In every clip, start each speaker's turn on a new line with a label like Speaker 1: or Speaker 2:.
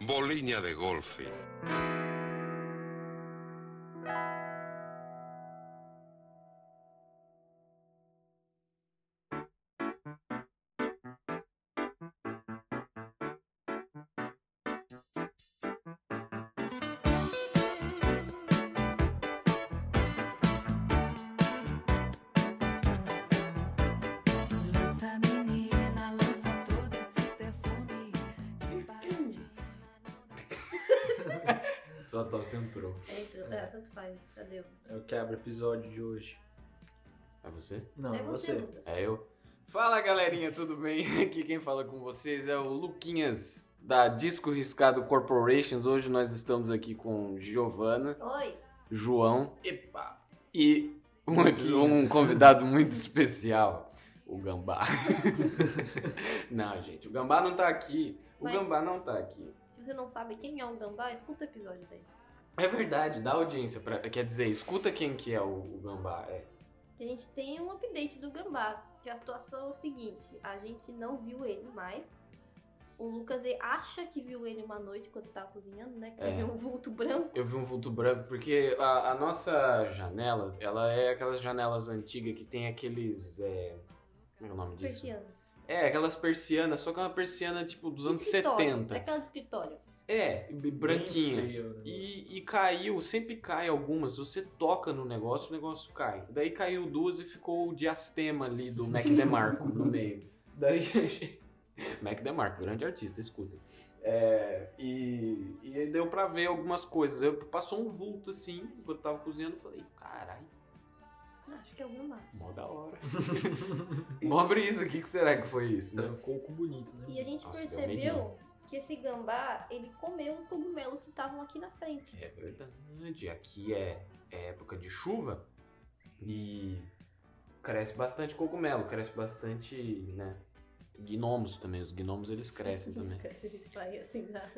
Speaker 1: Bolinha de golfe.
Speaker 2: Lança menina, lança todo esse perfume.
Speaker 3: Só um tosse entrou.
Speaker 4: Entrou. É, tanto faz. Cadê?
Speaker 5: É o quebra episódio de hoje.
Speaker 3: É você?
Speaker 5: Não,
Speaker 4: é
Speaker 5: é você.
Speaker 4: Lucas.
Speaker 3: É eu? Fala galerinha, tudo bem? Aqui quem fala com vocês é o Luquinhas da Disco Riscado Corporations. Hoje nós estamos aqui com Giovana,
Speaker 4: Oi.
Speaker 3: João
Speaker 5: Epa!
Speaker 3: e um, epi- um convidado muito especial, o Gambá. não, gente, o Gambá não tá aqui. O
Speaker 4: Mas-
Speaker 3: Gambá não tá aqui.
Speaker 4: Se você não sabe quem é o Gambá, escuta o episódio 10.
Speaker 3: É verdade, dá audiência pra. Quer dizer, escuta quem que é o, o Gambá. É.
Speaker 4: A gente tem um update do Gambá, que a situação é o seguinte, a gente não viu ele mais. O Lucas ele acha que viu ele uma noite quando estava cozinhando, né? Que
Speaker 3: É.
Speaker 4: viu um vulto branco.
Speaker 3: Eu vi um vulto branco, porque a, a nossa janela, ela é aquelas janelas antigas que tem aqueles. é, Como é o nome disso?
Speaker 4: Persiano.
Speaker 3: É, aquelas persianas, só que é uma persiana tipo dos anos 70.
Speaker 4: Aquela de escritório.
Speaker 3: É, e branquinha.
Speaker 5: Bem feio, né?
Speaker 3: E, e caiu, sempre cai algumas. Você toca no negócio, o negócio cai. Daí caiu duas e ficou o diastema ali do Mac DeMarco no meio. Daí. Mac DeMarco, grande artista, escuta. É, e, e aí deu pra ver algumas coisas. Eu, passou um vulto assim, quando eu tava cozinhando, eu falei, carai,
Speaker 4: Acho que é o Gambá.
Speaker 3: mó da hora. mó brisa, o que, que será que foi isso, né?
Speaker 5: Trancou o cu bonito, né?
Speaker 4: E a gente
Speaker 3: Nossa, é deu
Speaker 4: percebeu
Speaker 3: medinho.
Speaker 4: que esse Gambá, ele comeu os cogumelos que estavam aqui na frente.
Speaker 3: É verdade. Aqui é, é época de chuva e cresce bastante cogumelo, cresce bastante, né? Gnomos também. Os gnomos eles crescem também.
Speaker 4: Ele sai assim da...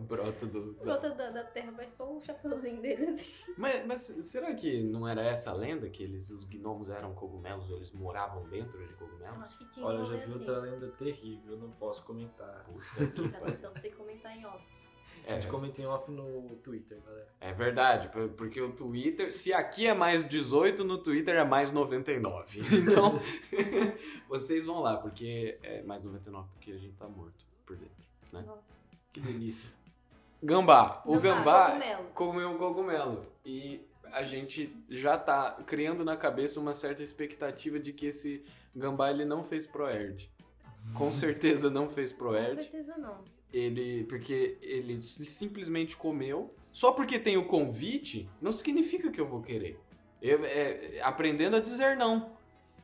Speaker 3: Brota do. da-
Speaker 4: Brota da, da terra, mas só o chapeuzinho dele assim.
Speaker 3: Mas, mas será que não era essa a lenda que eles, os gnomos eram cogumelos ou eles moravam dentro de
Speaker 4: Eu
Speaker 3: cogumelos?
Speaker 4: acho que tinha
Speaker 5: Olha, eu
Speaker 4: um
Speaker 5: já
Speaker 4: rolê
Speaker 5: vi
Speaker 4: assim.
Speaker 5: outra lenda terrível, não posso comentar.
Speaker 3: Ah, Puta que
Speaker 4: Tá,
Speaker 3: pariu.
Speaker 4: Então você tem que comentar em off.
Speaker 5: A gente
Speaker 3: É,
Speaker 5: comenta em off no Twitter, galera.
Speaker 3: é verdade, por- porque o Twitter, se aqui é mais 18, no Twitter é mais 99. Então, vocês vão lá, porque é mais 99 porque a gente tá morto por dentro. Né?
Speaker 4: Nossa.
Speaker 5: Que delícia.
Speaker 3: Gambá. O gambá
Speaker 4: Cogumelo.
Speaker 3: comeu um cogumelo. E a gente já tá criando na cabeça uma certa expectativa de que esse gambá ele não fez proerd.
Speaker 5: Hum.
Speaker 3: Com certeza não fez
Speaker 4: Com
Speaker 3: proerd.
Speaker 4: certeza não.
Speaker 3: Ele, porque ele s- simplesmente comeu. Só porque tem o convite, não significa que eu vou querer. Eu- é, aprendendo a dizer não.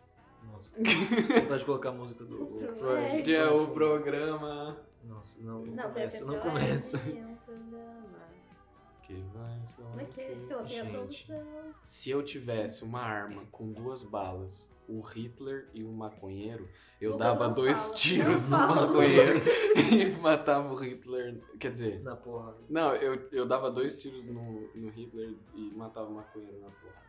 Speaker 5: Nossa. Vontade de colocar a música do.
Speaker 4: Pro-
Speaker 3: Proerd é o programa
Speaker 5: Nossa, não, não,
Speaker 4: Não,
Speaker 5: começa,
Speaker 4: pera,
Speaker 5: não
Speaker 4: pera,
Speaker 5: começa.
Speaker 4: é um programa.
Speaker 3: que vai ser
Speaker 4: Como é que é? Sei lá, tem a solução.
Speaker 3: Se eu tivesse uma arma com duas balas, o Hitler e o maconheiro, eu
Speaker 4: Lucas,
Speaker 3: dava
Speaker 4: não
Speaker 3: dois
Speaker 4: fala,
Speaker 3: tiros no
Speaker 4: não fala.
Speaker 3: maconheiro e matava o Hitler. Quer dizer,
Speaker 5: Na porra.
Speaker 3: não, eu, eu dava dois tiros no, no Hitler e matava o maconheiro na porra.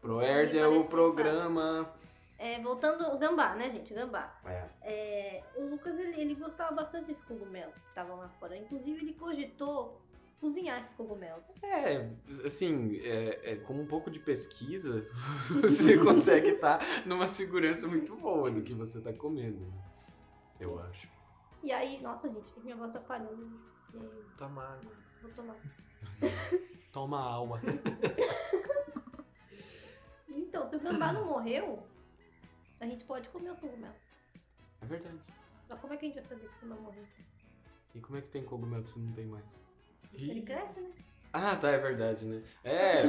Speaker 3: Proerd é o
Speaker 4: Parece
Speaker 3: programa.
Speaker 4: É, voltando, o gambá, né, gente? O gambá.
Speaker 3: É.
Speaker 4: É, o Lucas, ele, ele gostava bastante desses cogumelos que estavam lá fora. Inclusive, ele cogitou cozinhar esses cogumelos.
Speaker 3: É, assim, é, é, com um pouco de pesquisa, você consegue estar numa segurança muito boa do que você tá comendo. né? Eu acho.
Speaker 4: E aí, nossa, gente, minha voz tá falhando. E-
Speaker 5: Tá magro.
Speaker 4: Vou tomar.
Speaker 3: Toma água.
Speaker 4: Então, se o gambá não morreu, a gente pode comer os cogumelos.
Speaker 3: É verdade.
Speaker 4: Mas como é que a gente vai saber que o gambá morreu?
Speaker 3: E como é que tem cogumelo se não tem mais?
Speaker 4: Ele cresce, né?
Speaker 3: Ah, tá, é verdade, né? É,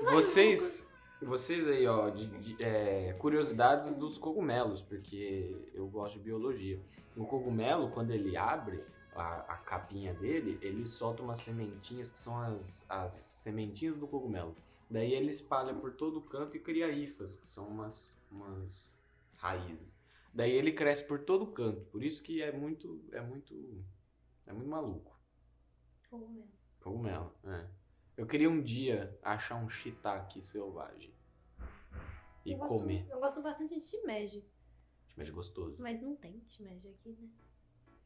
Speaker 3: vocês. Vocês aí, ó, de, de- é, curiosidades dos cogumelos, porque eu gosto de biologia. O cogumelo, quando ele abre a, a capinha dele, ele solta umas sementinhas que são as, as sementinhas do cogumelo. Daí ele espalha por todo canto e cria hifas, que são umas, umas raízes. Daí ele cresce por todo canto, por isso que é muito, é muito, é muito maluco.
Speaker 4: Cogumelo.
Speaker 3: Cogumelo, é. Eu queria um dia achar um shiitake selvagem. E
Speaker 4: Eu gosto-
Speaker 3: comer.
Speaker 4: eu gosto bastante de shimeji,
Speaker 3: Mas gostoso.
Speaker 4: mas não tem shimeji aqui, né?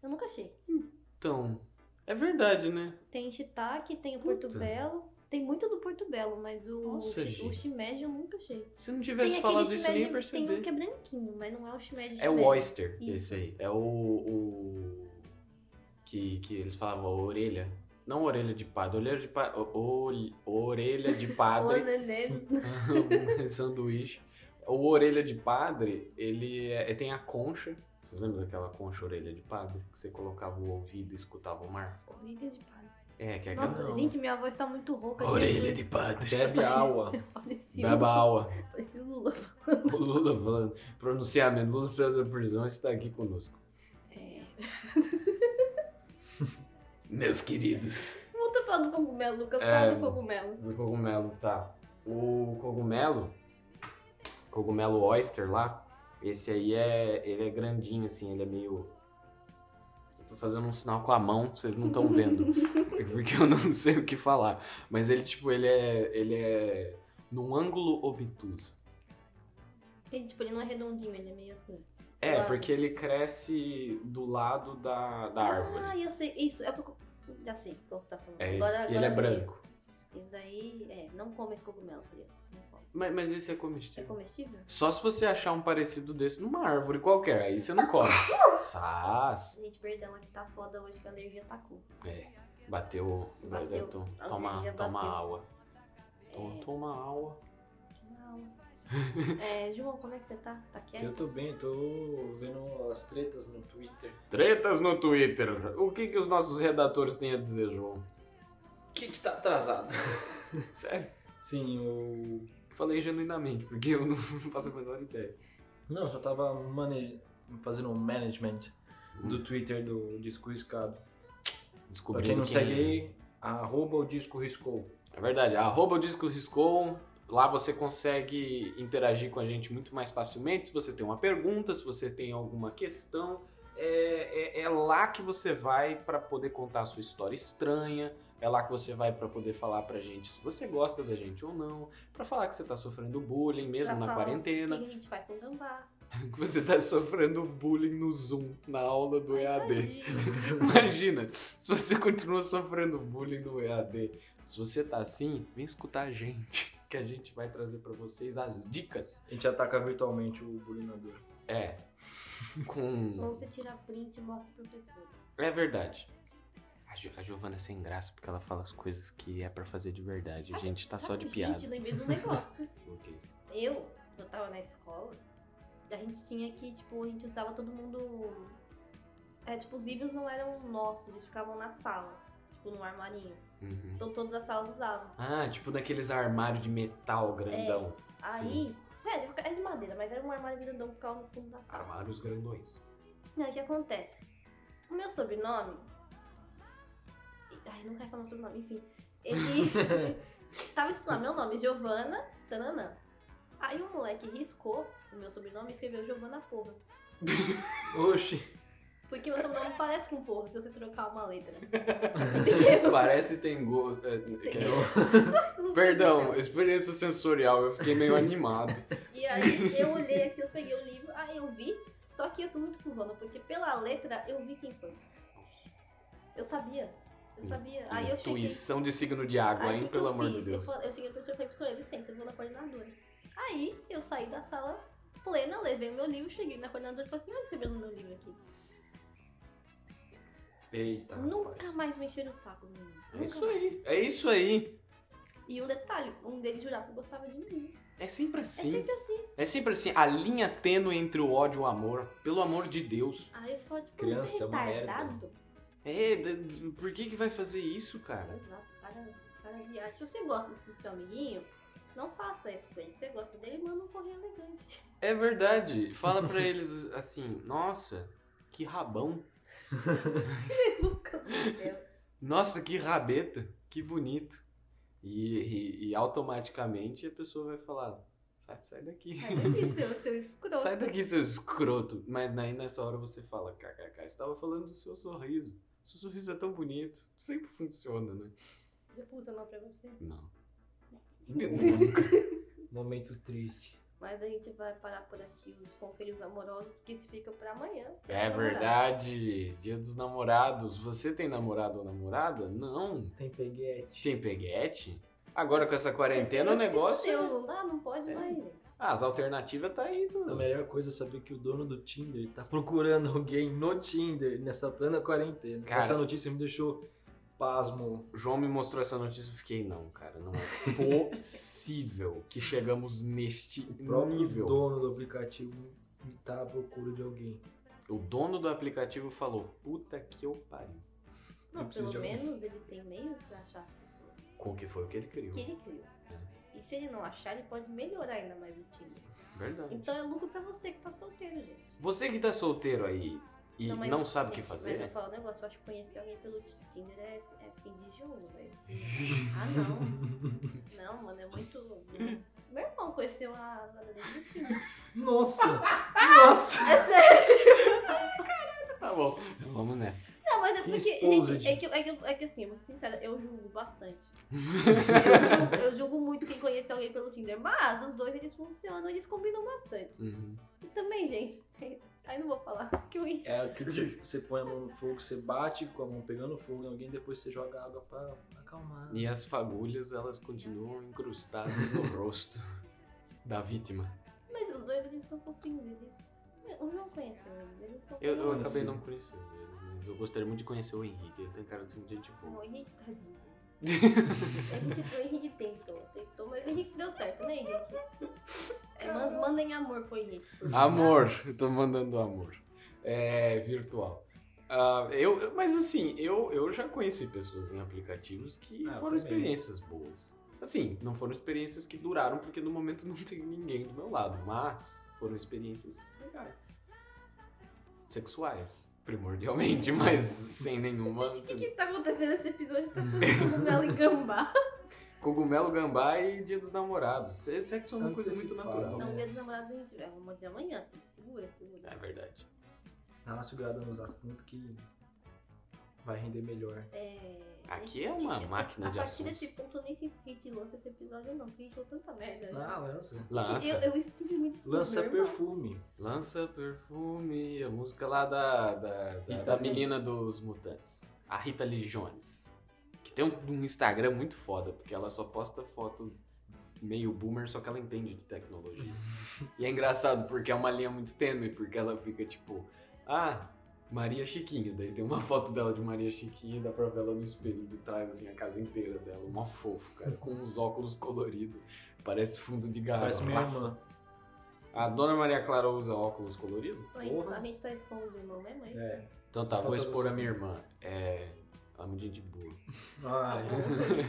Speaker 4: Eu nunca achei.
Speaker 3: Então, É verdade, né?
Speaker 4: Tem shiitake, tem o
Speaker 3: Puta.
Speaker 4: portobello. Tem muito do portobello, mas o,
Speaker 3: Nossa,
Speaker 4: shi- o
Speaker 3: gente.
Speaker 4: shimeji eu nunca achei.
Speaker 3: Se não
Speaker 4: Tem
Speaker 3: tivesse
Speaker 4: aquele
Speaker 3: falado isso, eu nem
Speaker 4: shimeji,
Speaker 3: ia
Speaker 4: tem um
Speaker 3: perceber.
Speaker 4: que é branquinho, mas não é o shimeji
Speaker 3: É o
Speaker 4: shimeji.
Speaker 3: oyster,
Speaker 4: Isso.
Speaker 3: esse aí. É o. o- Que, que eles falavam, a orelha. Não orelha de padre, orelha de padre. Orelha de padre.
Speaker 4: Olelê.
Speaker 3: um sanduíche. O orelha de padre, ele é- tem a concha. Você lembra daquela concha orelha de padre? Que você colocava o ouvido e escutava o mar?
Speaker 4: Orelha de padre.
Speaker 3: É, que é aquela.
Speaker 4: Nossa,
Speaker 5: não.
Speaker 4: gente, minha voz tá muito rouca.
Speaker 3: Orelha
Speaker 4: Jesus.
Speaker 3: de padre.
Speaker 5: Bebe água.
Speaker 4: Parecia o-
Speaker 3: Babaua.
Speaker 4: parecia o Lula.
Speaker 3: O Lula falando. Pronunciamento. Lula saiu da prisão e está aqui conosco.
Speaker 4: É.
Speaker 3: Meus queridos.
Speaker 4: Volta falando do cogumelo, Lucas.
Speaker 3: É.
Speaker 4: Fala do cogumelo.
Speaker 3: do cogumelo, tá. O cogumelo, cogumelo oyster lá, esse aí é, ele é grandinho assim, ele é meio eu tô fazendo um sinal com a mão, vocês não estão vendo, porque eu não sei o que falar, mas ele tipo, ele é ele é num ângulo obtuso.
Speaker 4: Ele, tipo, ele não é redondinho, ele é meio assim.
Speaker 3: É,
Speaker 4: Claro.
Speaker 3: porque ele cresce do lado da, da
Speaker 4: Ah,
Speaker 3: árvore.
Speaker 4: eu sei. Isso, é o coco- Já sei qual que você tá falando.
Speaker 3: É isso. E ele é
Speaker 4: eu
Speaker 3: branco.
Speaker 4: vi. Esse daí, é, não come esse cogumelo, criança. Não come.
Speaker 3: Mas, mas esse é
Speaker 4: É
Speaker 3: comestível.
Speaker 4: comestível?
Speaker 3: Só se você achar um parecido desse numa árvore qualquer, aí você não come. Sás.
Speaker 4: Gente, perdão, aqui tá foda hoje que a alergia atacou.
Speaker 3: É, bateu.
Speaker 4: Bateu.
Speaker 3: deve to-
Speaker 4: A
Speaker 3: Toma,
Speaker 4: alergia
Speaker 3: toma
Speaker 4: bateu.
Speaker 3: aula.
Speaker 4: É,
Speaker 3: Toma, toma aula.
Speaker 4: não. É, João, como é que você tá? Você tá
Speaker 5: Eu
Speaker 4: quieto?
Speaker 5: tô bem, tô vendo as tretas no Twitter.
Speaker 3: Tretas no Twitter. O que, que os nossos redatores têm a dizer, João?
Speaker 5: Kit tá atrasado.
Speaker 3: Sério?
Speaker 5: Sim, o.
Speaker 3: Falei genuinamente, porque eu não faço a menor ideia.
Speaker 5: Não, só tava mane... fazendo um management
Speaker 3: Uhum.
Speaker 5: do Twitter do Disco Riscado. Pra
Speaker 3: Descobrindo
Speaker 5: quem não segue aí, arroba o Disco Riscou.
Speaker 3: É verdade. Arroba o Disco Riscou. Lá você consegue interagir com a gente muito mais facilmente. Se você tem uma pergunta, se você tem alguma questão, é, é- é lá que você vai para poder contar a sua história estranha. É lá que você vai para poder falar pra gente se você gosta da gente ou não, Pra falar que você tá sofrendo bullying mesmo
Speaker 4: Pra
Speaker 3: na
Speaker 4: falar
Speaker 3: quarentena,
Speaker 4: O Tá que que a gente faz com gambá?
Speaker 3: que você tá sofrendo bullying no Zoom, na aula do
Speaker 4: Ai,
Speaker 3: EAD.
Speaker 4: tadinho.
Speaker 3: Imagina, se você continua sofrendo bullying no EAD, se você tá assim, vem escutar a gente, que a gente vai trazer pra vocês as dicas.
Speaker 5: A gente ataca virtualmente o bulinador.
Speaker 3: É. Com.
Speaker 4: Ou você tira print e mostra pro professor.
Speaker 3: É verdade. A, jo a Giovana é sem graça porque ela fala as coisas que é pra fazer de verdade. A gente tá só
Speaker 4: Sabe,
Speaker 3: de piada.
Speaker 4: Gente, lembrei de um negócio.
Speaker 3: O quê?
Speaker 4: Eu, quando eu tava na escola, a gente tinha que, tipo, a gente usava todo mundo. É, tipo, os livros não eram nossos, eles ficavam na sala, tipo, num armarinho.
Speaker 3: Uhum.
Speaker 4: Então todas as salas usavam.
Speaker 3: Ah, tipo daqueles armários de metal grandão.
Speaker 4: Aí, velho, é de madeira, mas era um armário grandão que ficava no fundo da sala.
Speaker 3: Armários grandões.
Speaker 4: Não, o que acontece? O meu sobrenome. Ai, não quero falar meu sobrenome, enfim. Ele. Tava escrito lá, meu nome, é Giovana Tananã. Aí o moleque riscou o meu sobrenome e escreveu Giovana Porra.
Speaker 5: Oxi!
Speaker 4: Porque meu sobrenome parece com porra se você trocar uma letra. Entendeu?
Speaker 3: Parece tem gosto. é, que é- Perdão, experiência sensorial, eu fiquei meio animado.
Speaker 4: E aí eu olhei aqui, eu peguei o livro, aí eu vi. Só que eu sou muito curvona, porque pela letra eu vi quem foi. Eu sabia. Eu sabia. Aí eu cheguei.
Speaker 3: Intuição de signo de água,
Speaker 4: Aí, o
Speaker 3: hein?
Speaker 4: que que
Speaker 3: Pelo
Speaker 4: eu
Speaker 3: amor
Speaker 4: fiz?
Speaker 3: de Deus.
Speaker 4: Eu, fa- eu cheguei no professor e falei, professor, ele licença, eu vou na coordenadora. Aí eu saí da sala plena, levei meu livro, cheguei na coordenadora e falei assim, olha escreveu no meu livro aqui.
Speaker 5: Eita,
Speaker 4: Nunca
Speaker 5: rapaz.
Speaker 4: mais me encheram o saco, menino.
Speaker 3: Ah, É
Speaker 4: Nunca
Speaker 3: isso
Speaker 4: mais.
Speaker 3: aí. É isso aí.
Speaker 4: E um detalhe, um deles jurava que gostava de mim.
Speaker 3: É sempre
Speaker 4: É
Speaker 3: assim.
Speaker 4: sempre assim.
Speaker 3: É sempre assim. A linha tênue entre o ódio e o amor. Pelo amor de Deus.
Speaker 4: Aí eu ficava tipo,
Speaker 5: Criança
Speaker 4: você
Speaker 5: é uma merda.
Speaker 4: retardado?
Speaker 3: É, d- por que que vai fazer isso, cara?
Speaker 4: Exato, para, para a viagem. Se você gosta assim, do seu amiguinho, não faça isso com ele. Se você gosta dele, manda um correio elegante.
Speaker 3: É verdade. Fala pra eles assim, nossa, que rabão.
Speaker 4: Lucas, meu Deus.
Speaker 3: Nossa, que rabeta. Que bonito. E, e- e automaticamente a pessoa vai falar, sai, sai daqui.
Speaker 4: Sai daqui, seu, seu escroto.
Speaker 3: Sai daqui, seu escroto. Mas aí nessa hora você fala, kkk, estava falando do seu sorriso. Seu sorriso é tão bonito. Sempre funciona, né?
Speaker 4: Já funcionou pra você?
Speaker 3: É Não. Nunca.
Speaker 5: Momento triste.
Speaker 4: Mas a gente vai parar por aqui os conselhos amorosos, porque isso fica pra amanhã. Dia
Speaker 3: É
Speaker 4: dos
Speaker 3: verdade. Dia dos namorados. Você tem namorado ou namorada? Não.
Speaker 5: Tem peguete.
Speaker 3: Tem peguete? Agora com essa
Speaker 4: namorados.
Speaker 3: quarentena Tá o
Speaker 4: Se
Speaker 3: negócio.
Speaker 4: fudeu, não dá, não pode
Speaker 3: É.
Speaker 4: mais, gente.
Speaker 3: Ah, as alternativas tá aí,
Speaker 5: A
Speaker 3: mano.
Speaker 5: melhor coisa é saber que o dono do Tinder tá procurando alguém no Tinder nessa plena quarentena.
Speaker 3: Cara.
Speaker 5: Essa notícia me deixou pasmo.
Speaker 3: O João me mostrou essa notícia e eu fiquei, não, cara, não é possível que chegamos neste
Speaker 5: O próprio
Speaker 3: nível.
Speaker 5: dono do aplicativo tá à procura de alguém.
Speaker 3: O dono do aplicativo falou, puta que eu pariu.
Speaker 4: Não,
Speaker 5: precisa de
Speaker 4: pelo
Speaker 5: alguém.
Speaker 4: menos ele tem meios pra achar as pessoas
Speaker 3: Com o que foi o que ele criou.
Speaker 4: que ele criou.
Speaker 3: É.
Speaker 4: E se ele não achar, ele pode melhorar ainda mais o time.
Speaker 3: Verdade.
Speaker 4: Então é lucro pra você que tá solteiro, gente.
Speaker 3: Você que tá solteiro aí e não,
Speaker 4: mas,
Speaker 3: sabe o que
Speaker 4: gente, Mas eu
Speaker 3: fazer,
Speaker 4: falo um negócio, eu acho que conhecer alguém pelo Tinder é, é fim de jogo, velho. Ah, não. Não, mano, é muito... Meu irmão conheceu a...
Speaker 5: Nossa! Nossa!
Speaker 4: É sério?
Speaker 3: tá bom, então vamos nessa.
Speaker 4: Não, mas é
Speaker 5: Que
Speaker 4: porque,
Speaker 5: exposed.
Speaker 4: gente, é que, é, que, é que assim, eu vou ser sincera, eu julgo bastante. eu, julgo, eu julgo muito quem conhece alguém pelo Tinder, mas os dois, eles funcionam, eles combinam bastante.
Speaker 3: Uhum.
Speaker 4: E também, gente, aí não vou falar que eu
Speaker 5: É aquilo que você, você põe a mão no fogo, você bate com a mão pegando fogo em alguém, depois você joga água pra acalmar.
Speaker 3: E as fagulhas, elas continuam incrustadas no rosto da vítima.
Speaker 4: Mas os dois eles são fofinhos, eles. O João conheceu eles, eles são
Speaker 3: Eu, eu
Speaker 4: fofinhos.
Speaker 3: acabei não conhecendo ele, mas eu gostaria muito de conhecer o Henrique. Ele tem cara de ser muito gente
Speaker 4: O
Speaker 3: boa.
Speaker 4: Henrique, tadinho. Ele, tipo, o Henrique tentou, tentou, mas o Henrique deu certo, né, Henrique? É, man- mandem amor pro Henrique. por favor.
Speaker 3: Amor, eu tô mandando amor. É virtual. Ah, eu, eu- mas assim, eu, eu já conheci pessoas em aplicativos que
Speaker 5: Ah, eu
Speaker 3: foram
Speaker 5: também.
Speaker 3: experiências boas. Assim, não foram experiências que duraram, porque no momento não tem ninguém do meu lado, mas foram experiências legais. Sexuais, primordialmente, mas sem nenhuma. tipo,
Speaker 4: Gente, o que, que tá acontecendo nesse episódio? Tá tudo como mel e gambá.
Speaker 3: Cogumelo, gambá e dia dos namorados. Se- Sexo é uma coisa muito
Speaker 5: Antecipado.
Speaker 3: natural.
Speaker 4: Não, dia dos namorados a gente vai arrumar de amanhã. Segura, segura.
Speaker 3: É verdade.
Speaker 5: Dá uma segurada nos assuntos que vai render melhor.
Speaker 4: É,
Speaker 3: Aqui é
Speaker 4: gente,
Speaker 3: uma
Speaker 4: a-
Speaker 3: máquina de
Speaker 4: A partir
Speaker 3: assuntos.
Speaker 4: desse ponto, eu nem sei se o Henrique lança esse episódio ou não, porque a gente falou tanta merda. né?
Speaker 5: Ah, lança.
Speaker 3: Lança.
Speaker 4: Eu, eu simplesmente
Speaker 5: Lança
Speaker 4: irmão.
Speaker 5: perfume.
Speaker 3: Lança perfume, a música lá da, da, da,
Speaker 5: Rita
Speaker 3: da
Speaker 5: Lee.
Speaker 3: menina dos mutantes, a Rita Lee Jones. Que tem um, um Instagram muito foda, porque ela só posta foto meio boomer, só que ela entende de tecnologia. e é engraçado, porque é uma linha muito tênue, porque ela fica tipo, ah, Maria Chiquinha. Daí tem uma foto dela de Maria Chiquinha e dá pra ver ela no espelho de trás, assim, a casa inteira dela. Uma fofo, cara, com uns óculos coloridos. Parece fundo de garrafa.
Speaker 5: Parece minha irmã.
Speaker 3: A dona Maria Clara usa óculos coloridos?
Speaker 4: A gente,
Speaker 5: Porra.
Speaker 4: a gente tá expondo o irmão, né, mãe?
Speaker 5: É.
Speaker 3: Então tá,
Speaker 5: Só
Speaker 3: vou
Speaker 5: pra
Speaker 3: expor
Speaker 5: você.
Speaker 3: a minha irmã. É. Ela é muito gente boa.
Speaker 5: Ai,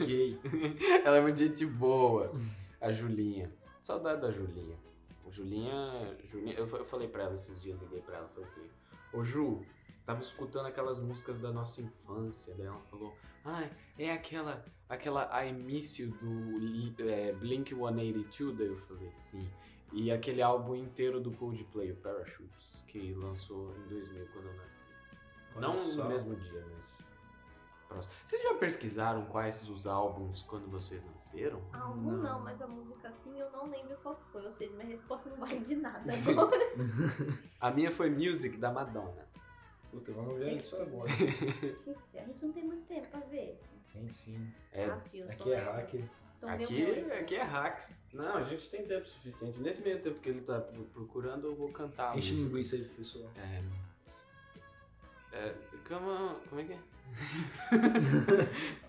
Speaker 5: gay.
Speaker 3: Ela é muito gente boa. A Julinha. Saudade da Julinha. O Julinha. Julinha eu, fa- eu falei pra ela esses dias, liguei pra ela, falei assim: Ô Ju, tava escutando aquelas músicas da nossa infância. Daí ela falou: Ai, é aquela. Aquela I Miss You do Li- é, Blink 182. Daí eu falei: Sim. E aquele álbum inteiro do Coldplay, o Parachutes, que lançou em 2000, quando eu nasci. Não
Speaker 5: Olha só.
Speaker 3: no mesmo dia, mas. Próximo. Vocês já pesquisaram quais os álbuns quando vocês nasceram?
Speaker 4: Algum não.
Speaker 5: Não.
Speaker 4: mas a música assim eu não lembro qual que foi. Ou seja, minha resposta não vale de nada
Speaker 3: Sim.
Speaker 4: agora.
Speaker 3: A minha foi Music da Madonna.
Speaker 5: Puta, vamos ver
Speaker 4: Gente.
Speaker 5: isso agora.
Speaker 4: Tinha que ser. A gente não tem muito tempo pra ver.
Speaker 5: Tem sim.
Speaker 3: É,
Speaker 4: Ah, fio,
Speaker 5: Aqui é hack.
Speaker 4: Então,
Speaker 3: aqui, aqui é hacks. Não, a gente tem tempo suficiente. Nesse meio tempo que ele tá pro- procurando, eu vou cantar a
Speaker 5: Enche
Speaker 3: música.
Speaker 5: linguiça aí, pessoal.
Speaker 3: Come on, como é que é?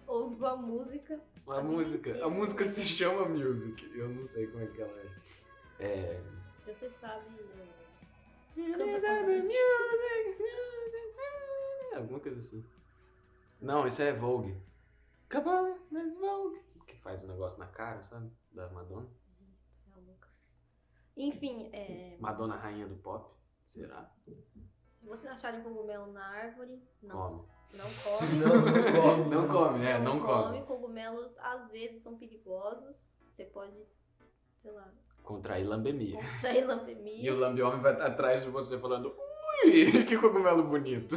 Speaker 4: Ouve a música.
Speaker 3: A música. A música se chama Music. Eu não sei como é que ela é. É.
Speaker 4: Você sabe. né?
Speaker 3: é Alguma coisa assim. Não, isso é Vogue. Come on, let's Vogue. Que faz o negócio na cara, sabe? Da Madonna.
Speaker 4: Gente do céu, Lucas. Enfim, é,
Speaker 3: Madonna, rainha do pop. Será?
Speaker 4: se vocês acharem cogumelo na árvore,
Speaker 3: Come.
Speaker 4: não, não come.
Speaker 5: come.
Speaker 3: Não come, é, não come.
Speaker 4: Cogumelos às vezes são perigosos. Você pode, sei lá,
Speaker 3: Contrair lambemia.
Speaker 4: contrair lambemia.
Speaker 3: E o lambiome vai atrás de você falando: Ui, que cogumelo bonito.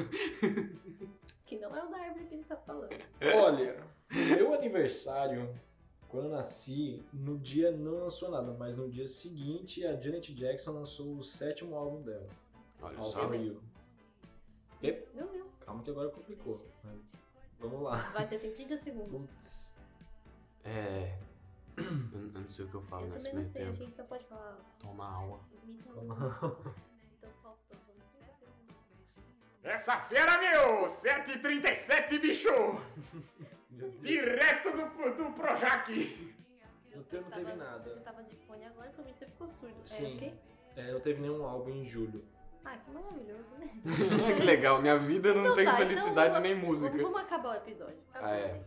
Speaker 4: Que não é o da árvore que ele tá falando.
Speaker 5: Olha, no meu aniversário, Quando eu nasci, no dia não lançou nada, mas no dia seguinte a Janet Jackson lançou o sétimo álbum dela,
Speaker 3: Olha
Speaker 5: All
Speaker 3: só.
Speaker 5: For You. De-
Speaker 4: Meu Deus.
Speaker 5: Calma que agora complicou. mas Vamos lá.
Speaker 4: Vai ser tem 30 segundos.
Speaker 5: Putz.
Speaker 3: É. Eu eu não sei o que eu falo
Speaker 4: Eu
Speaker 3: nesse
Speaker 4: também
Speaker 3: meio
Speaker 4: não sei, a
Speaker 3: tempo.
Speaker 4: gente só pode falar.
Speaker 3: Toma aula.
Speaker 4: Imita o então, Faustão. vamos ver.
Speaker 3: Essa fera, meu! 7h37, bicho!
Speaker 5: Meu Deus.
Speaker 3: Direto do, do Projac!
Speaker 5: Eu
Speaker 4: Você
Speaker 5: não teve
Speaker 4: tava-
Speaker 5: nada.
Speaker 4: Você tava de fone agora, pelo menos você ficou surdo. É
Speaker 5: Sim.
Speaker 4: o quê?
Speaker 5: É, não teve nenhum álbum em julho.
Speaker 4: Ah, que maravilhoso, né?
Speaker 3: que legal, minha vida não
Speaker 4: Então
Speaker 3: tem
Speaker 4: tá, então
Speaker 3: felicidade
Speaker 4: vamos-
Speaker 3: nem
Speaker 4: Vamos,
Speaker 3: música.
Speaker 4: vamos acabar o episódio. Acabou,
Speaker 3: Ah, é.
Speaker 4: né?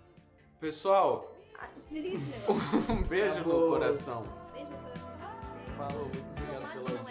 Speaker 3: Pessoal,
Speaker 4: Ah, desliga esse negócio.
Speaker 3: um beijo no
Speaker 5: Acabou.
Speaker 3: coração.
Speaker 4: Beijo pra vocês.
Speaker 5: Falou, muito obrigado
Speaker 4: Tomate
Speaker 5: pela
Speaker 4: não é